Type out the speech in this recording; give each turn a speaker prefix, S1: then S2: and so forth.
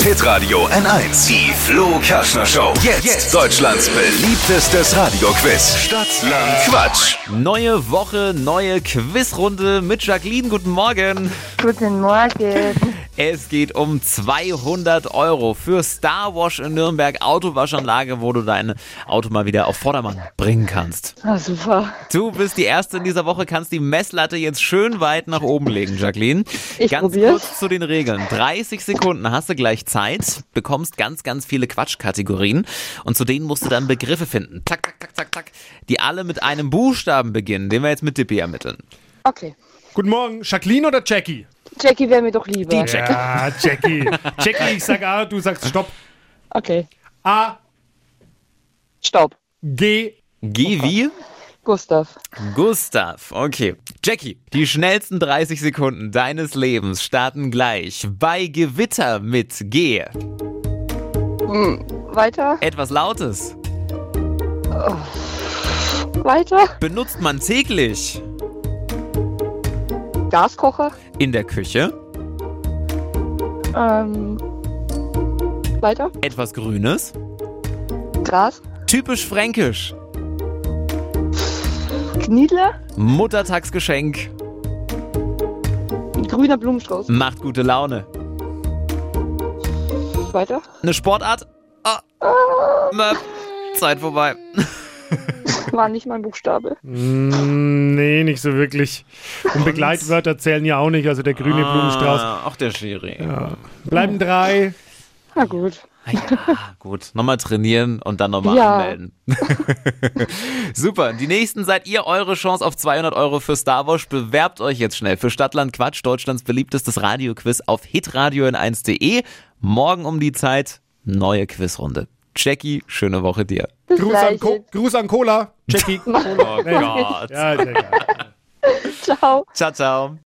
S1: Hitradio N1. Die Flo Kaschner Show. Jetzt, Deutschlands beliebtestes Radioquiz. Stadt, Land, Quatsch.
S2: Neue Woche, neue Quizrunde mit Jacqueline. Guten Morgen.
S3: Guten Morgen.
S2: Es geht um 200 Euro für Star Wash in Nürnberg, Autowaschanlage, wo du dein Auto mal wieder auf Vordermann bringen kannst.
S3: Ah, super.
S2: Du bist die Erste in dieser Woche, kannst die Messlatte jetzt schön weit nach oben legen, Jacqueline.
S3: Ich
S2: ganz
S3: probier's.
S2: kurz zu den Regeln. 30 Sekunden hast du gleich Zeit, bekommst ganz, ganz viele Quatschkategorien und zu denen musst du dann Begriffe finden. Zack, zack, zack, zack, zack. Die alle mit einem Buchstaben beginnen, den wir jetzt mit Dippy ermitteln.
S3: Okay.
S4: Guten Morgen, Jacqueline oder Jackie?
S3: Jackie wäre mir doch lieber.
S4: Ja, Ah, Jackie. Jackie, ich sag A, du sagst Stopp.
S3: Okay.
S4: A,
S3: Staub.
S4: G.
S2: Geh wie?
S3: Gustav.
S2: Gustav, okay. Jackie, die schnellsten 30 Sekunden deines Lebens starten gleich bei Gewitter mit G.
S3: Weiter.
S2: Etwas Lautes.
S3: Weiter.
S2: Benutzt man täglich
S3: Gaskocher.
S2: in der Küche.
S3: Ähm. Weiter.
S2: Etwas Grünes.
S3: Gras.
S2: Typisch fränkisch.
S3: Kniedler.
S2: Muttertagsgeschenk.
S3: Grüner Blumenstrauß.
S2: Macht gute Laune.
S3: Weiter.
S2: Eine Sportart. Ah. Möp. Zeit vorbei.
S3: War nicht mein Buchstabe.
S4: Mm, nee, nicht so wirklich. Und Begleitwörter zählen ja auch nicht, also der grüne Blumenstrauß.
S2: Ah, auch der Schiri.
S4: Bleiben drei.
S3: Na gut.
S2: Ah, gut, nochmal trainieren und dann nochmal
S3: Ja.
S2: anmelden. Super, die nächsten seid ihr eure Chance auf 200 Euro für Star Wars. Bewerbt euch jetzt schnell für Stadtland Quatsch, Deutschlands beliebtestes Radioquiz auf hitradio in 1.de. Morgen um die Zeit neue Quizrunde. Jackie, schöne Woche dir.
S3: Bis
S4: Gruß an,
S3: gleich.
S4: Co Gruß an Cola. Jackie.
S2: Oh Gott.
S4: Ja, Jackie.
S3: Ciao.
S2: Ciao, ciao.